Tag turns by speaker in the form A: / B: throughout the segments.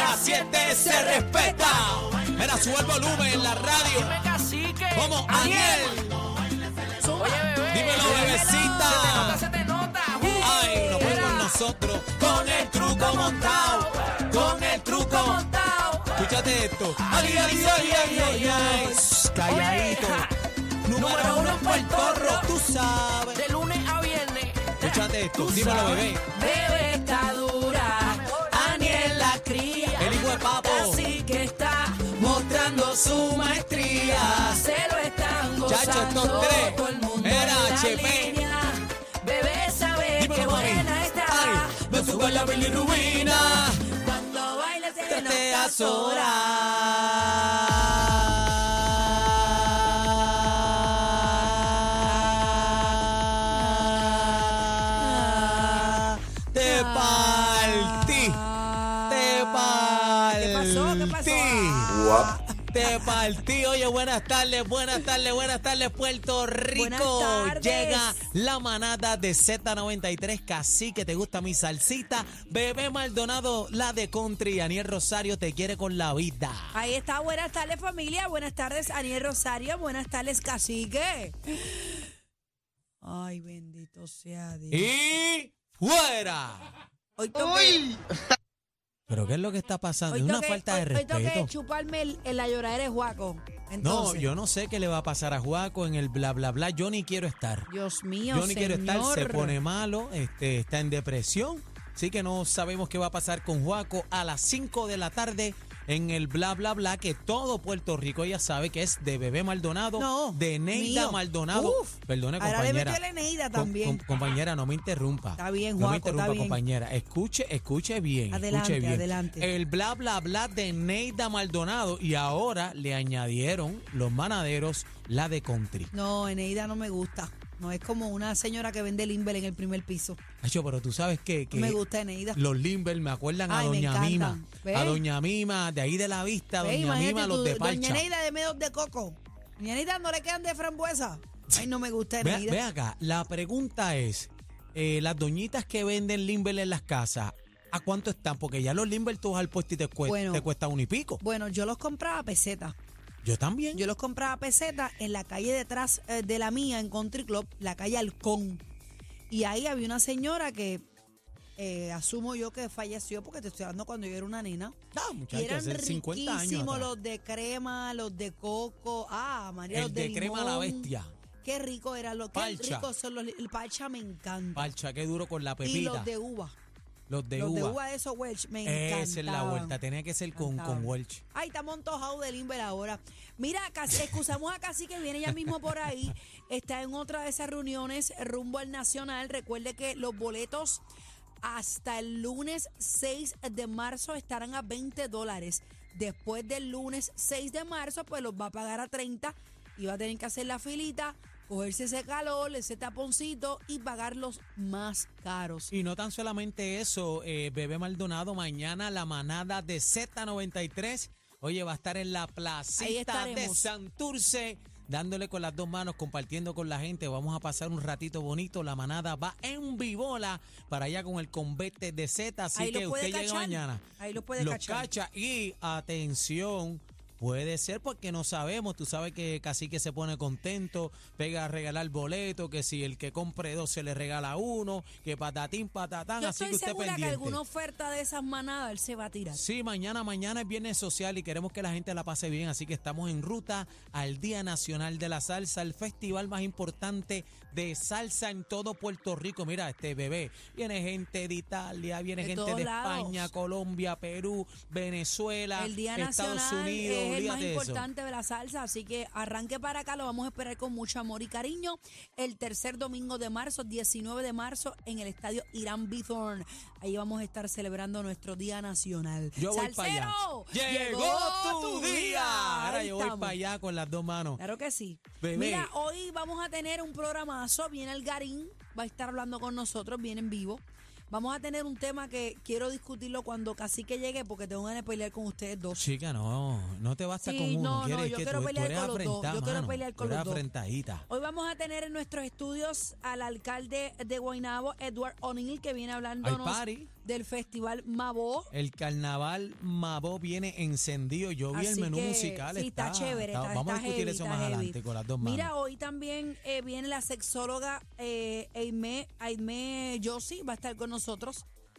A: a 7 se respeta. Mira, sube el volumen en la radio.
B: Dime, cacique.
A: Vamos, Aniel.
B: Oye, bebé.
A: Dímelo, bebecita.
B: Se te nota, se te nota.
A: Ay, nos vemos nosotros con el truco montado. Con el truco montado.
B: Montao.
A: Escúchate esto. Ay, ay, ay, ay, ay, ay. Shh, Calladito. Número uno en Puerto Rico. Tú sabes.
B: De lunes a viernes.
A: Escúchate esto.
B: Tú
A: Dímelo,
B: sabes,
A: bebé.
B: Bebé está dura. Aniel la cría.
A: El hijo de papo.
B: Así que está.
A: Mostrando su maestría.
B: Se lo están
A: Chacho,
B: gozando.
A: estos tres.
B: Todo el mundo
A: Era
B: en la
A: HP.
B: línea. Bebé sabe que
A: Dímelo, mami.
B: buena está.
A: Ay, me subo a la bilirrubina. Este
B: Cuando baila se
A: Te
B: nota sola.
A: azora. Te partí. Te partí.
B: ¿Qué Ah. pasó? ¿Qué pasó?
A: Te partí. Oye, buenas tardes, buenas tardes, buenas tardes, Puerto Rico.
B: Buenas tardes.
A: Llega la manada de Z93, Cacique, te gusta mi salsita. Bebé Maldonado, la de country. Aniel Rosario te quiere con la vida.
C: Ahí está, buenas tardes familia, buenas tardes Aniel Rosario, buenas tardes Cacique. Ay, bendito sea Dios.
A: Y fuera.
C: Hoy toqué,
A: Pero ¿qué es lo que está pasando? Es
C: hoy
A: una
C: toqué-
A: falta de
C: hoy- hoy toqué
A: respeto.
C: chuparme el, en la lloradera de Juaco.
A: No,
C: Entonces,
A: yo no sé qué le va a pasar a Juaco en el bla bla bla. Yo ni quiero estar.
C: Dios mío,
A: Yo ni quiero estar. Se
C: señor.
A: pone malo, este, está en depresión. Así que no sabemos qué va a pasar con Juaco a las 5 de la tarde en el bla bla bla que todo Puerto Rico ya sabe que es de Bebé Maldonado,
C: No,
A: de Neida
C: mío.
A: Maldonado.
C: Uf,
A: Perdone,
C: Ahora le
A: compañera.
C: metió la Eneida
A: Com- com-
C: también.
A: compañera, no me interrumpa.
C: Está bien,
A: No me
C: Juaco,
A: interrumpa,
C: está bien.
A: compañera. Escuche, escuche bien.
C: Adelante,
A: escuche bien.
C: adelante.
A: El bla, bla, bla de Neida Maldonado. Y ahora le añadieron los manaderos la de country.
C: No, Eneida no me gusta. No es como una señora que vende Limbel en el primer piso.
A: Acho, pero tú sabes que, que
C: No me gusta Eneida.
A: los Limber me acuerdan a
C: Ay, me
A: Doña Mima.
C: encantan. ¿Ves?
A: A Doña Mima, de ahí de la vista,
C: Ve,
A: Doña
C: imagínate
A: Mima, los
C: tú,
A: de
C: Doña
A: Parcha.
C: Eneida de medios de coco. Doña Eneida no le quedan de frambuesa. Ay, no me gusta
A: Ve,
C: Eneida.
A: ve acá, la pregunta es, eh, las doñitas que venden Limber en las casas, ¿a cuánto están? Porque ya los Limber todos al puesto y te, cue-
C: Bueno.
A: te cuesta un y pico.
C: Bueno, yo los compraba a peseta.
A: Yo también.
C: Yo los compraba a peseta en la calle detrás eh, de la mía, en Country Club, la calle Halcón. Y ahí había una señora que eh, asumo yo que falleció, porque te estoy hablando cuando yo era una nena.
A: No,
C: Y
A: muchachos,
C: eran
A: hace 50 años.
C: riquísimos
A: atrás.
C: los de crema, los de coco. Ah, María,
A: el
C: los
A: de crema a la
C: limón.
A: bestia.
C: Qué rico eran los. Qué
A: Parcha.
C: ricos son los. li- El parcha me encanta.
A: Parcha, qué duro con la pepita.
C: y los de uva. los
A: uva.
C: de uva de esos Welch me encantaban.
A: Esa es la vuelta. Tenía que ser con,
C: Encantaban.
A: con Welch.
C: Ay, estamos antojados de Limber ahora. Mira, casi, excusamos a Casi que viene ya mismo por ahí. Está en otra de esas reuniones rumbo al Nacional. Recuerde que los boletos hasta el lunes 6 de marzo estarán a 20 dólares. Después del lunes 6 de marzo, pues los va a pagar a 30 y va a tener que hacer la filita, cogerse ese calor, ese taponcito y pagar los más caros.
A: Y no tan solamente eso, eh, Bebé Maldonado, mañana la manada de Z93. Oye, va a estar en la
C: Ahí
A: placita de
C: estaremos.
A: Santurce, dándole con las dos manos, compartiendo con la gente. Vamos a pasar un ratito bonito. La manada va en vivola para allá con el combate de Z. Así
C: Ahí lo
A: que usted
C: puede
A: llega
C: cachar.
A: mañana.
C: Ahí lo puede
A: los
C: cachar.
A: cacha. Y atención. Puede ser porque no sabemos, tú sabes que Cacique se pone contento, pega a regalar boleto, que si el que compre dos se le regala uno, que patatín, patatán,
C: Yo
A: así
C: estoy
A: que usted
C: segura
A: pendiente.
C: que alguna oferta de esas manadas él se va a tirar.
A: Sí, mañana, mañana es viernes social y queremos que la gente la pase bien, así que estamos en ruta al Día Nacional de la Salsa, el festival más importante de salsa en todo Puerto Rico. Mira, este bebé, viene gente de Italia, viene
C: De
A: gente
C: todos
A: de
C: lados.
A: España, Colombia, Perú, Venezuela,
C: El Día
A: Estados
C: Nacional
A: Unidos,
C: es es el más
A: Olvídate de eso.
C: importante de la salsa, así que arranque para acá, lo vamos a esperar con mucho amor y cariño. El tercer domingo de marzo, 19 de marzo, en el estadio Irán Bithorn. Ahí vamos a estar celebrando nuestro Día Nacional.
A: Yo voy para allá.
C: ¡Salsero!
A: Ahora
C: Ahí
A: yo voy
C: estamos.
A: para allá con las dos manos.
C: Claro que sí.
A: Bebé.
C: Mira, hoy vamos a tener un programazo. Viene el Garín, va a estar hablando con nosotros, viene en vivo. Vamos a tener un tema que quiero discutirlo cuando casi que llegue, porque tengo ganas de pelear con ustedes dos.
A: Chica, no, no te basta
C: Sí,
A: con uno.
C: no, no,
A: quieres
C: yo
A: que
C: quiero
A: tú,
C: pelear
A: tú eres
C: con los dos,
A: afrentada,
C: yo quiero
A: mano,
C: pelear con
A: tú eres
C: los dos.
A: afrentadita.
C: Hoy vamos a tener en nuestros estudios al alcalde de Guaynabo, Edward O'Neill, que viene hablándonos
A: Ay, party.
C: del festival Mabó.
A: El carnaval Mabó viene encendido. Yo vi el
C: Así
A: menú
C: que,
A: musical.
C: sí, está, chévere. está-
A: vamos a
C: está
A: discutir
C: heavy,
A: eso
C: está
A: más
C: heavy.
A: adelante con las dos manos.
C: Mira, hoy también eh, viene la sexóloga eh, Aime, Aime Yossi, va a estar con nosotros.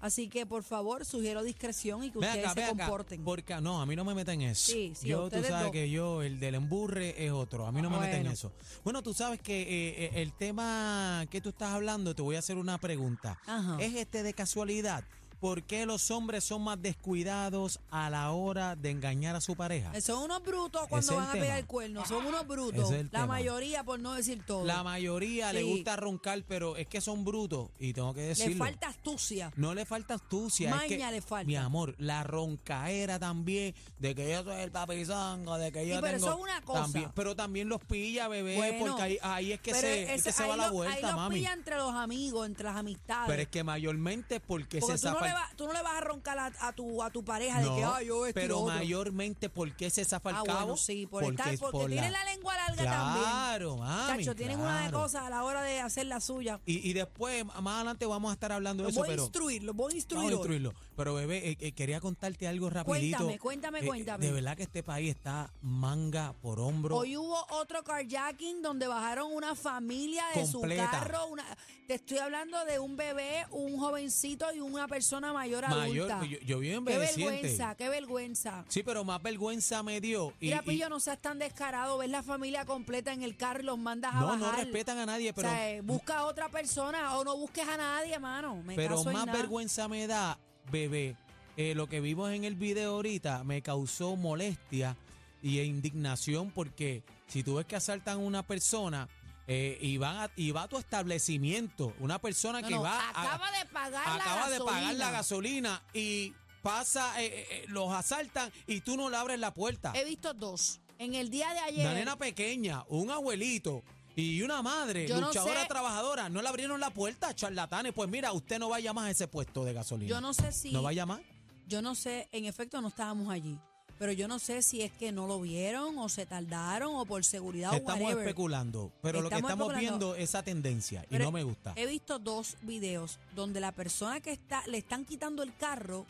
C: Así que, por favor, sugiero discreción y que
A: Ve
C: ustedes
A: acá, ve
C: se
A: acá,
C: comporten.
A: porque no, a mí no me meten eso.
C: Sí, sí, a
A: yo, tú
C: ustedes
A: sabes
C: no.
A: que yo, el del emburre es otro. A mí no me meten
C: Bueno.
A: eso. Bueno, tú sabes que eh, eh, el tema que tú estás hablando, te voy a hacer una pregunta.
C: Ajá.
A: ¿Es este de casualidad? ¿Por qué los hombres son más descuidados a la hora de engañar a su pareja?
C: Eh, Son unos brutos cuando
A: es
C: van
A: el
C: a pegar
A: tema.
C: el cuerno. Son unos brutos.
A: Ese es el
C: la
A: tema.
C: mayoría, por no decir todo.
A: La mayoría le
C: Sí.
A: gusta roncar, pero es que son brutos y tengo que
C: Le
A: decirlo.
C: falta astucia.
A: No le falta astucia. es que,
C: Maña le falta.
A: Mi amor, la roncaera también, de que yo soy el papizango, de que yo
C: pero
A: tengo-
C: eso es una cosa.
A: también- pero también los pilla, bebé,
C: Bueno,
A: Pues, porque ahí, ahí es que
C: pero
A: se, es
C: ese-
A: que se
C: ahí
A: va la
C: lo- ahí
A: vuelta,
C: los
A: mami.
C: pilla entre los amigos, entre las amistades.
A: Pero es que mayormente porque,
C: porque
A: se
C: tú, no
A: zafa...
C: le vas, tú no le vas a roncar a, a tu, a tu pareja
A: No,
C: de que, ay, yo esto y
A: pero
C: lo otro".
A: mayormente porque se zafa el
C: Ah,
A: cabo.
C: bueno, sí, por
A: porque
C: estar-
A: es
C: porque
A: por
C: tienen la lengua larga también.
A: claro, Mami,
C: Chacho, tienen una de
A: claro.
C: cosas a la hora de hacer la suya.
A: Y, y después, más adelante vamos a estar hablando de
C: Los
A: eso,
C: voy a
A: pero...
C: instruir, los voy a instruir.
A: Vamos a
C: hoy.
A: instruirlo. Pero bebé, eh, eh, quería contarte algo rapidito. Eh,
C: Cuéntame, cuéntame, cuéntame.
A: de verdad que este país está manga por hombro.
C: Hoy hubo otro carjacking donde bajaron una familia de
A: Completa.
C: su carro. Una, te estoy hablando de un bebé, un jovencito y una persona mayor
A: Mayor, pues
C: adulta.
A: yo- yo vi
C: qué
A: envejeciente.
C: vergüenza, qué vergüenza.
A: Sí, pero más vergüenza me dio. Y,
C: Mira,
A: y-
C: Pillo, no seas tan descarado. Ves la familia completa en el carro y los mandas a
A: no,
C: bajar.
A: no respetan a nadie, pero,
C: o sea, eh, busca a otra persona o no busques a nadie, mano. Me
A: pero
C: caso en
A: más
C: nada.
A: vergüenza me da, bebé. eh, lo que vimos en el video ahorita me causó molestia y indignación porque si tú ves que asaltan a una persona eh, y, van a- y va a tu establecimiento, una persona
C: No,
A: que
C: no,
A: va a,
C: acaba de pagar la
A: acaba de pagar la
C: gasolina.
A: gasolina y pasa, eh, eh, eh, los asaltan y tú no le abres la puerta.
C: He visto dos. En el día de ayer.
A: Una nena pequeña, un abuelito y una madre,
C: Yo no
A: luchadora
C: sé.
A: trabajadora, no le abrieron la puerta, charlatanes. Pues mira, usted no vaya más a ese puesto de gasolina.
C: yo no sé si.
A: No vaya más.
C: Yo no sé, en efecto no estábamos allí. Pero yo no sé si es que no lo vieron o se tardaron o por seguridad
A: estamos
C: o whatever.
A: especulando, pero lo que
C: Estamos
A: estamos
C: especulando.
A: viendo es esa tendencia y
C: Pero eh,
A: no me gusta.
C: He visto dos videos donde la persona que está le están quitando el carro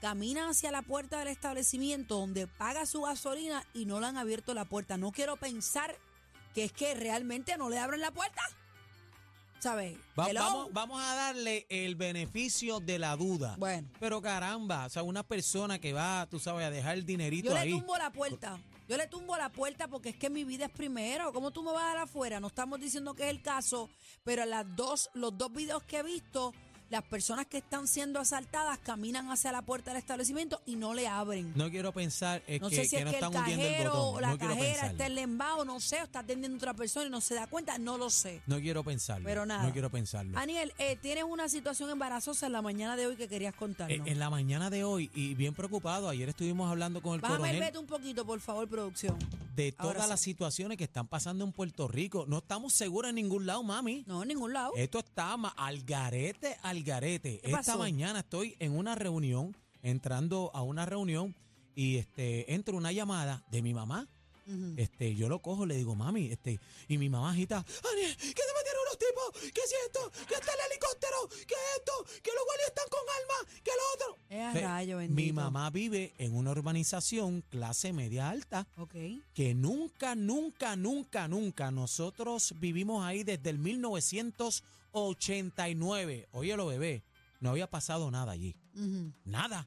C: camina hacia la puerta del establecimiento donde paga su gasolina y no le han abierto la puerta. No quiero pensar que es que realmente no le abren la puerta. ¿Sabes?
A: Va-
C: Hello.
A: vamos, vamos a darle el beneficio de la duda.
C: Bueno.
A: Pero caramba, o sea, una persona que va, tú sabes, a dejar el dinerito
C: Yo le
A: ahí.
C: tumbo la puerta. Yo le tumbo la puerta porque es que mi vida es primero. ¿Cómo tú me vas a dar afuera? No estamos diciendo que es el caso, pero las dos, los dos videos que he visto, las personas que están siendo asaltadas caminan hacia la puerta del establecimiento y no le abren. No,
A: No quiero pensar eh, que,
C: sé si
A: que
C: es
A: no
C: que el
A: están hundiendo el
C: cajero
A: botón.
C: o la
A: no quiero
C: cajera está
A: pensarlo.
C: en lembado, no sé, o está atendiendo a otra persona y no se da cuenta, no lo sé.
A: No quiero pensarlo.
C: Pero nada.
A: No quiero pensarlo.
C: Aniel, eh, tienes una situación embarazosa en la mañana de hoy que querías
A: Eh,
C: contarnos.
A: en la mañana de hoy, y bien preocupado, ayer estuvimos hablando con el
C: Bájame el
A: coronel
C: vete un poquito, por favor, producción.
A: de
C: Ahora
A: todas las situaciones que están pasando en Puerto Rico. No estamos seguros en ningún lado, mami.
C: No, en ningún lado.
A: Esto está ma- al garete, al garete.
C: ¿Qué
A: Esta
C: pasó?
A: mañana estoy en una reunión, entrando a una reunión, y este entro una llamada de mi mamá.
C: Ujú.
A: Este, yo lo cojo, le digo, mami, este, y mi mamá agita, Aniel, que se metieron unos tipos, que si esto, que está el helicóptero, que esto, que los guardias están con armas, que lo otro.
C: Eh, a
A: Fe-
C: rayo,
A: Mi
C: bendito.
A: mamá vive en una urbanización clase media alta
C: Ok.
A: que nunca, nunca, nunca, nunca nosotros vivimos ahí desde el 1989. Oye, lo bebé, no había pasado nada allí.
C: Ujú.
A: Nada.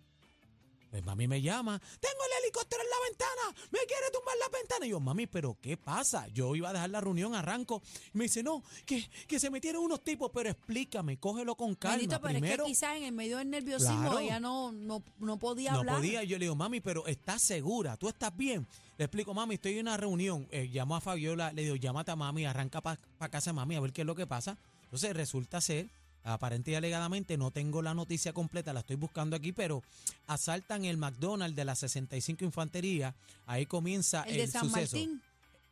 A: Pues mami me llama, tengo el helicóptero en la ventana, me quiere tumbar la ventana. Y yo, mami, pero ¿qué pasa? Yo iba a dejar la reunión, arranco. Y me dice, no, que, que se metieron unos tipos, pero explícame, cógelo con calma.
C: Bendito, pero
A: Primero,
C: es que quizás en el medio del nerviosismo
A: Claro.
C: ella no, no, no podía
A: no
C: hablar.
A: podía. Yo le digo, mami, pero ¿estás segura? ¿Tú estás bien? Le explico, mami, estoy en una reunión. Eh, llamó a Fabiola, le digo, llámate a mami, arranca para casa, mami, a ver qué es lo que pasa. Entonces resulta ser, aparente y alegadamente, no tengo la noticia completa, la estoy buscando aquí, pero asaltan el McDonald's de la 65 Infantería. Ahí comienza
C: El
A: el,
C: de San
A: suceso.
C: Martín.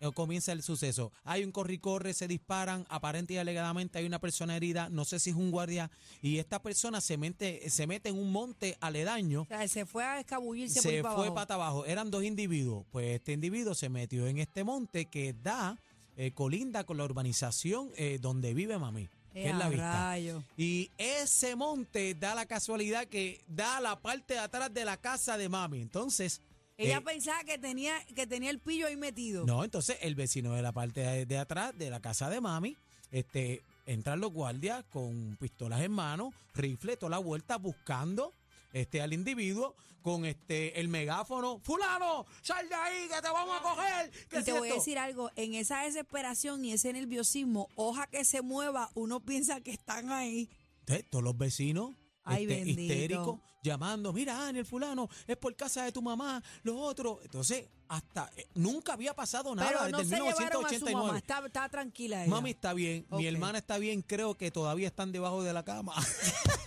A: Eh, comienza el suceso. Hay un corre y corre, se disparan, aparente y alegadamente hay una persona herida, no sé si es un guardia, y esta persona se mete, se mete en un monte aledaño
C: O sea, se fue a escabullirse por ahí
A: se
C: para
A: fue
C: abajo.
A: pata abajo. Eran dos individuos. Pues este individuo se metió en este monte que da, eh, colinda con la urbanización eh, donde vive mami, que
C: Eh,
A: es la
C: a
A: vista.
C: rayo.
A: Y ese monte da la casualidad que da la parte de atrás de la casa de mami. Entonces.
C: Ella
A: eh,
C: pensaba que tenía, que tenía el pillo ahí metido.
A: no, entonces el vecino de la parte de, de atrás de la casa de mami, este, entran los guardias con pistolas en mano, rifle, toda la vuelta buscando este, al individuo con este el megáfono, fulano, sal de ahí que te vamos a coger. que
C: Y
A: si
C: te voy a
A: esto".
C: decir algo, en esa desesperación y ese nerviosismo, hoja que se mueva, uno piensa que están ahí.
A: Entonces, todos los vecinos
C: Ay,
A: este,
C: bendito.
A: histéricos llamando, mira, el fulano, es por casa de tu mamá, los otros. Entonces, hasta eh, nunca había pasado nada
C: Pero
A: desde
C: no
A: el
C: se llevaron a su
A: 1989.
C: mamá, está, está tranquila ella.
A: Mami está bien,
C: Ok.
A: mi hermana está bien, creo que todavía están debajo de la cama.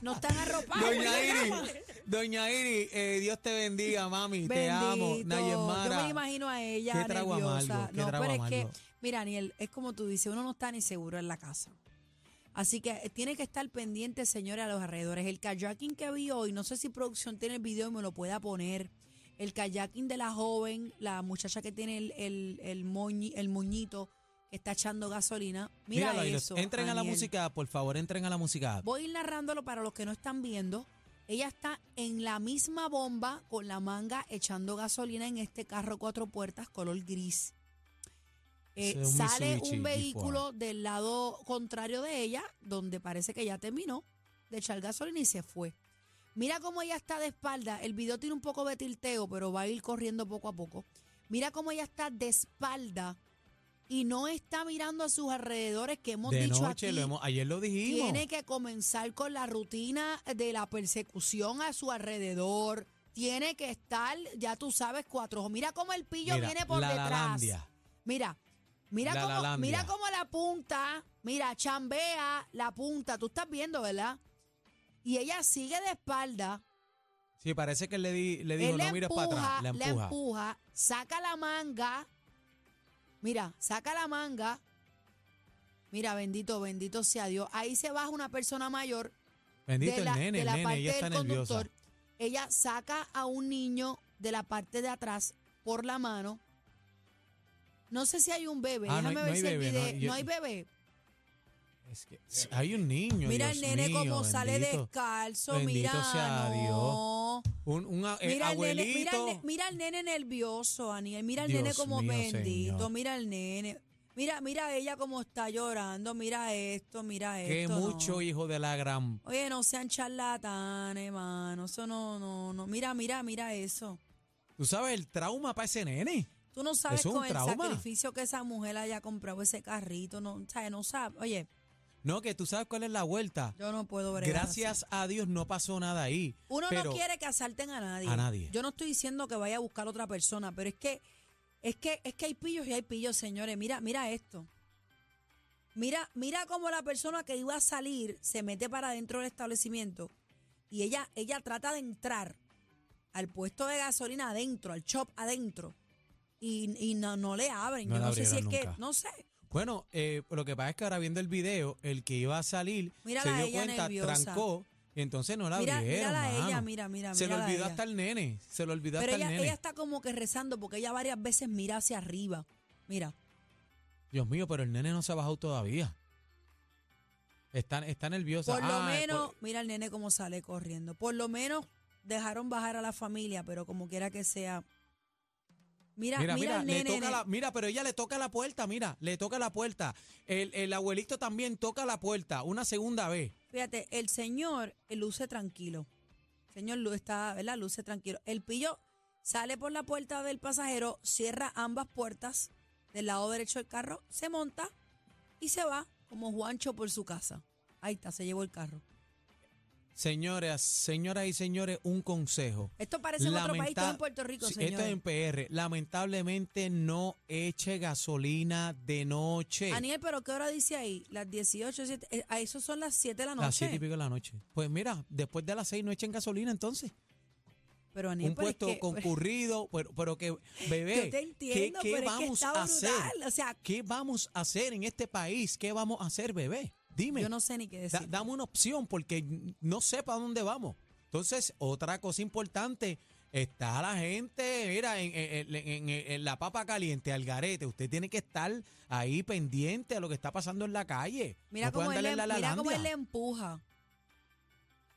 C: No están arropados.
A: Doña
C: mira,
A: Iri,
C: cama.
A: Doña Iri, eh, Dios te bendiga, mami, te amo.
C: Bendito.
A: Nayemara.
C: Yo me imagino a ella
A: Qué trago
C: nerviosa.
A: amargo, qué
C: no,
A: trago
C: pero es
A: amargo.
C: que, mira, Daniel, es como tú dices, uno no está ni seguro en la casa. Así que eh, tiene que estar pendiente, señores, a los alrededores. El kayaking que vi hoy, no sé si producción tiene el video y me lo pueda poner. El kayaking de la joven, la muchacha que tiene el, el, el, moñi- el moñito, que está echando gasolina. Mira
A: Míralo ahí, los-
C: eso.
A: entren a la
C: Daniel.
A: música, por favor, entren a la música.
C: Voy a ir narrándolo para los que no están viendo. Ella está en la misma bomba con la manga echando gasolina en este carro cuatro puertas color gris. Eh,
A: Ese es un
C: sale
A: Mitsubishi
C: un
A: G4.
C: vehículo del lado contrario de ella, donde parece que ya terminó de echar gasolina y se fue. Mira cómo ella está de espalda. El video tiene un poco de tilteo, pero va a ir corriendo poco a poco. Mira cómo ella está de espalda y no está mirando a sus alrededores, que hemos
A: De
C: dicho
A: noche,
C: aquí.
A: lo hemos- ayer lo dijimos.
C: Tiene que comenzar con la rutina de la persecución a su alrededor. Tiene que estar, ya tú sabes, cuatro ojos. Mira cómo el pillo
A: Mira,
C: viene por
A: la
C: detrás.
A: Lalandia.
C: Mira, mira
A: La
C: cómo,
A: Lalandia.
C: mira cómo la punta, mira, chambea la punta. Tú estás viendo, ¿verdad? Y ella sigue de espalda.
A: Sí, parece que le, di, le dijo,
C: Él la
A: no mires para
C: empuja,
A: atrás. La
C: la
A: empuja.
C: empuja, saca la manga. Mira, saca la manga. Mira, bendito, bendito sea Dios. Ahí se baja una persona mayor
A: Bendito
C: de la,
A: el nene,
C: de
A: el
C: la
A: nene,
C: parte
A: ella está
C: del
A: nerviosa.
C: conductor, ella saca a un niño de la parte de atrás por la mano. No sé si hay un bebé,
A: Ah, no
C: déjame
A: hay-
C: ver
A: no hay
C: si el
A: bebé, no,
C: video- No,
A: yo-
C: hay bebé.
A: Es que hay un niño.
C: Mira
A: Dios
C: el nene
A: mío,
C: como sale
A: bendito.
C: descalzo,
A: Bendito
C: mira.
A: sea
C: no.
A: Un, un a- eh,
C: Mira el,
A: abuelito.
C: nene, mira, el ne- mira el nene nervioso, Aniel. Mira el nene
A: Dios
C: como
A: mío,
C: bendito.
A: Señor.
C: Mira el nene. Mira, mira ella como está llorando. Mira esto, mira esto.
A: que
C: no.
A: mucho hijo de la gran.
C: Oye, no sean charlatanes, mano. Eso no, no, no. Mira, mira, mira eso.
A: ¿Tú sabes el trauma para ese nene?
C: Tú no sabes
A: Eso es un
C: con el
A: trauma.
C: sacrificio que esa mujer haya comprado ese carrito. No, sabes, no sabe. Oye,
A: No, que tú sabes cuál es la vuelta.
C: yo no puedo ver
A: Gracias a Dios no pasó nada ahí.
C: Uno
A: pero
C: no quiere que asalten a nadie.
A: a nadie.
C: Yo no estoy diciendo que vaya a buscar otra persona, pero es que, es que, es que hay pillos y hay pillos, señores. Mira, mira esto. Mira, mira cómo la persona que iba a salir se mete para dentro del establecimiento y ella, ella trata de entrar al puesto de gasolina adentro, al shop adentro. Y, y no, no le abren.
A: No
C: Yo
A: la
C: no sé si es
A: abrieron
C: que,
A: nunca.
C: no sé.
A: Bueno, eh, lo que pasa es que ahora viendo el video, el que iba a salir
C: Mírala a
A: se dio
C: ella
A: cuenta,
C: nerviosa.
A: trancó, y entonces no la
C: Mira,
A: vieron.
C: mírala a ella,
A: mano.
C: mira, mira,
A: Se le
C: mírala a
A: olvidó
C: ella.
A: hasta el nene. Se le olvidó
C: Pero
A: hasta
C: ella,
A: el nene.
C: ella está como que rezando porque ella varias veces mira hacia arriba. Mira.
A: Dios mío, pero el nene no se ha bajado todavía. Está, está nerviosa.
C: Por lo
A: Ay,
C: menos,
A: por-
C: mira el nene cómo sale corriendo. Por lo menos dejaron bajar a la familia, pero como quiera que sea. Mira, mira,
A: mira, mira,
C: el
A: le
C: nene.
A: toca la- mira, pero ella le toca la puerta, mira, le toca la puerta. El, el abuelito también toca la puerta una segunda vez.
C: Fíjate, el señor eh, luce tranquilo. El Señor, luz está, ¿verdad? Luce tranquilo. El pillo sale por la puerta del pasajero, cierra ambas puertas del lado derecho del carro, se monta y se va como Juancho por su casa. Ahí está, se llevó el carro.
A: Señoras, señoras y señores, un consejo.
C: Esto parece en otro país,
A: Lamenta-
C: todo en Puerto Rico,
A: Sí,
C: señor.
A: Esto es en PR. Lamentablemente no eche gasolina de noche.
C: Aniel, pero ¿qué hora dice ahí? Las 18, siete- eh, a eso son las 7 de la
A: Las
C: noche.
A: siete y pico de la noche. Pues mira, después de las seis no echen gasolina entonces.
C: pero Aniel,
A: Un
C: pero es
A: puesto
C: que- pues,
A: concurrido, pero, pero que, bebé,
C: Yo te entiendo,
A: ¿qué, qué
C: pero
A: vamos
C: es que está
A: a hacer?
C: brutal. O sea,
A: ¿Qué vamos a hacer en este país? ¿Qué vamos a hacer, bebé? Dime.
C: yo no sé ni qué
A: Da-
C: decir.
A: dame una opción porque no sé para dónde vamos. Entonces, otra cosa importante, está la gente, mira, en, en- en- en- en la papa caliente, al garete. Usted tiene que estar ahí pendiente a lo que está pasando en la calle.
C: Mira,
A: No
C: cómo,
A: pueden
C: él
A: darle
C: le,
A: la
C: mira cómo él le
A: Lalandia.
C: empuja.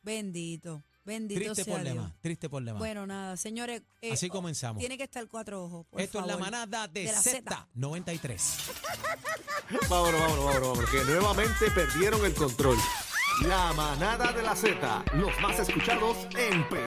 C: Bendito, bendito
A: Triste
C: sea Dios.
A: problema, triste problema.
C: Bueno, nada, señores. eh,
A: Así comenzamos.
C: Tiene que estar cuatro ojos. por
A: Esto es la
C: favor.
A: manada de,
C: De la Zeta.
A: Z93.
D: Vámonos, vámonos, vámonos, vámonos, que nuevamente perdieron el control. La manada de la Z, los más escuchados en Perú.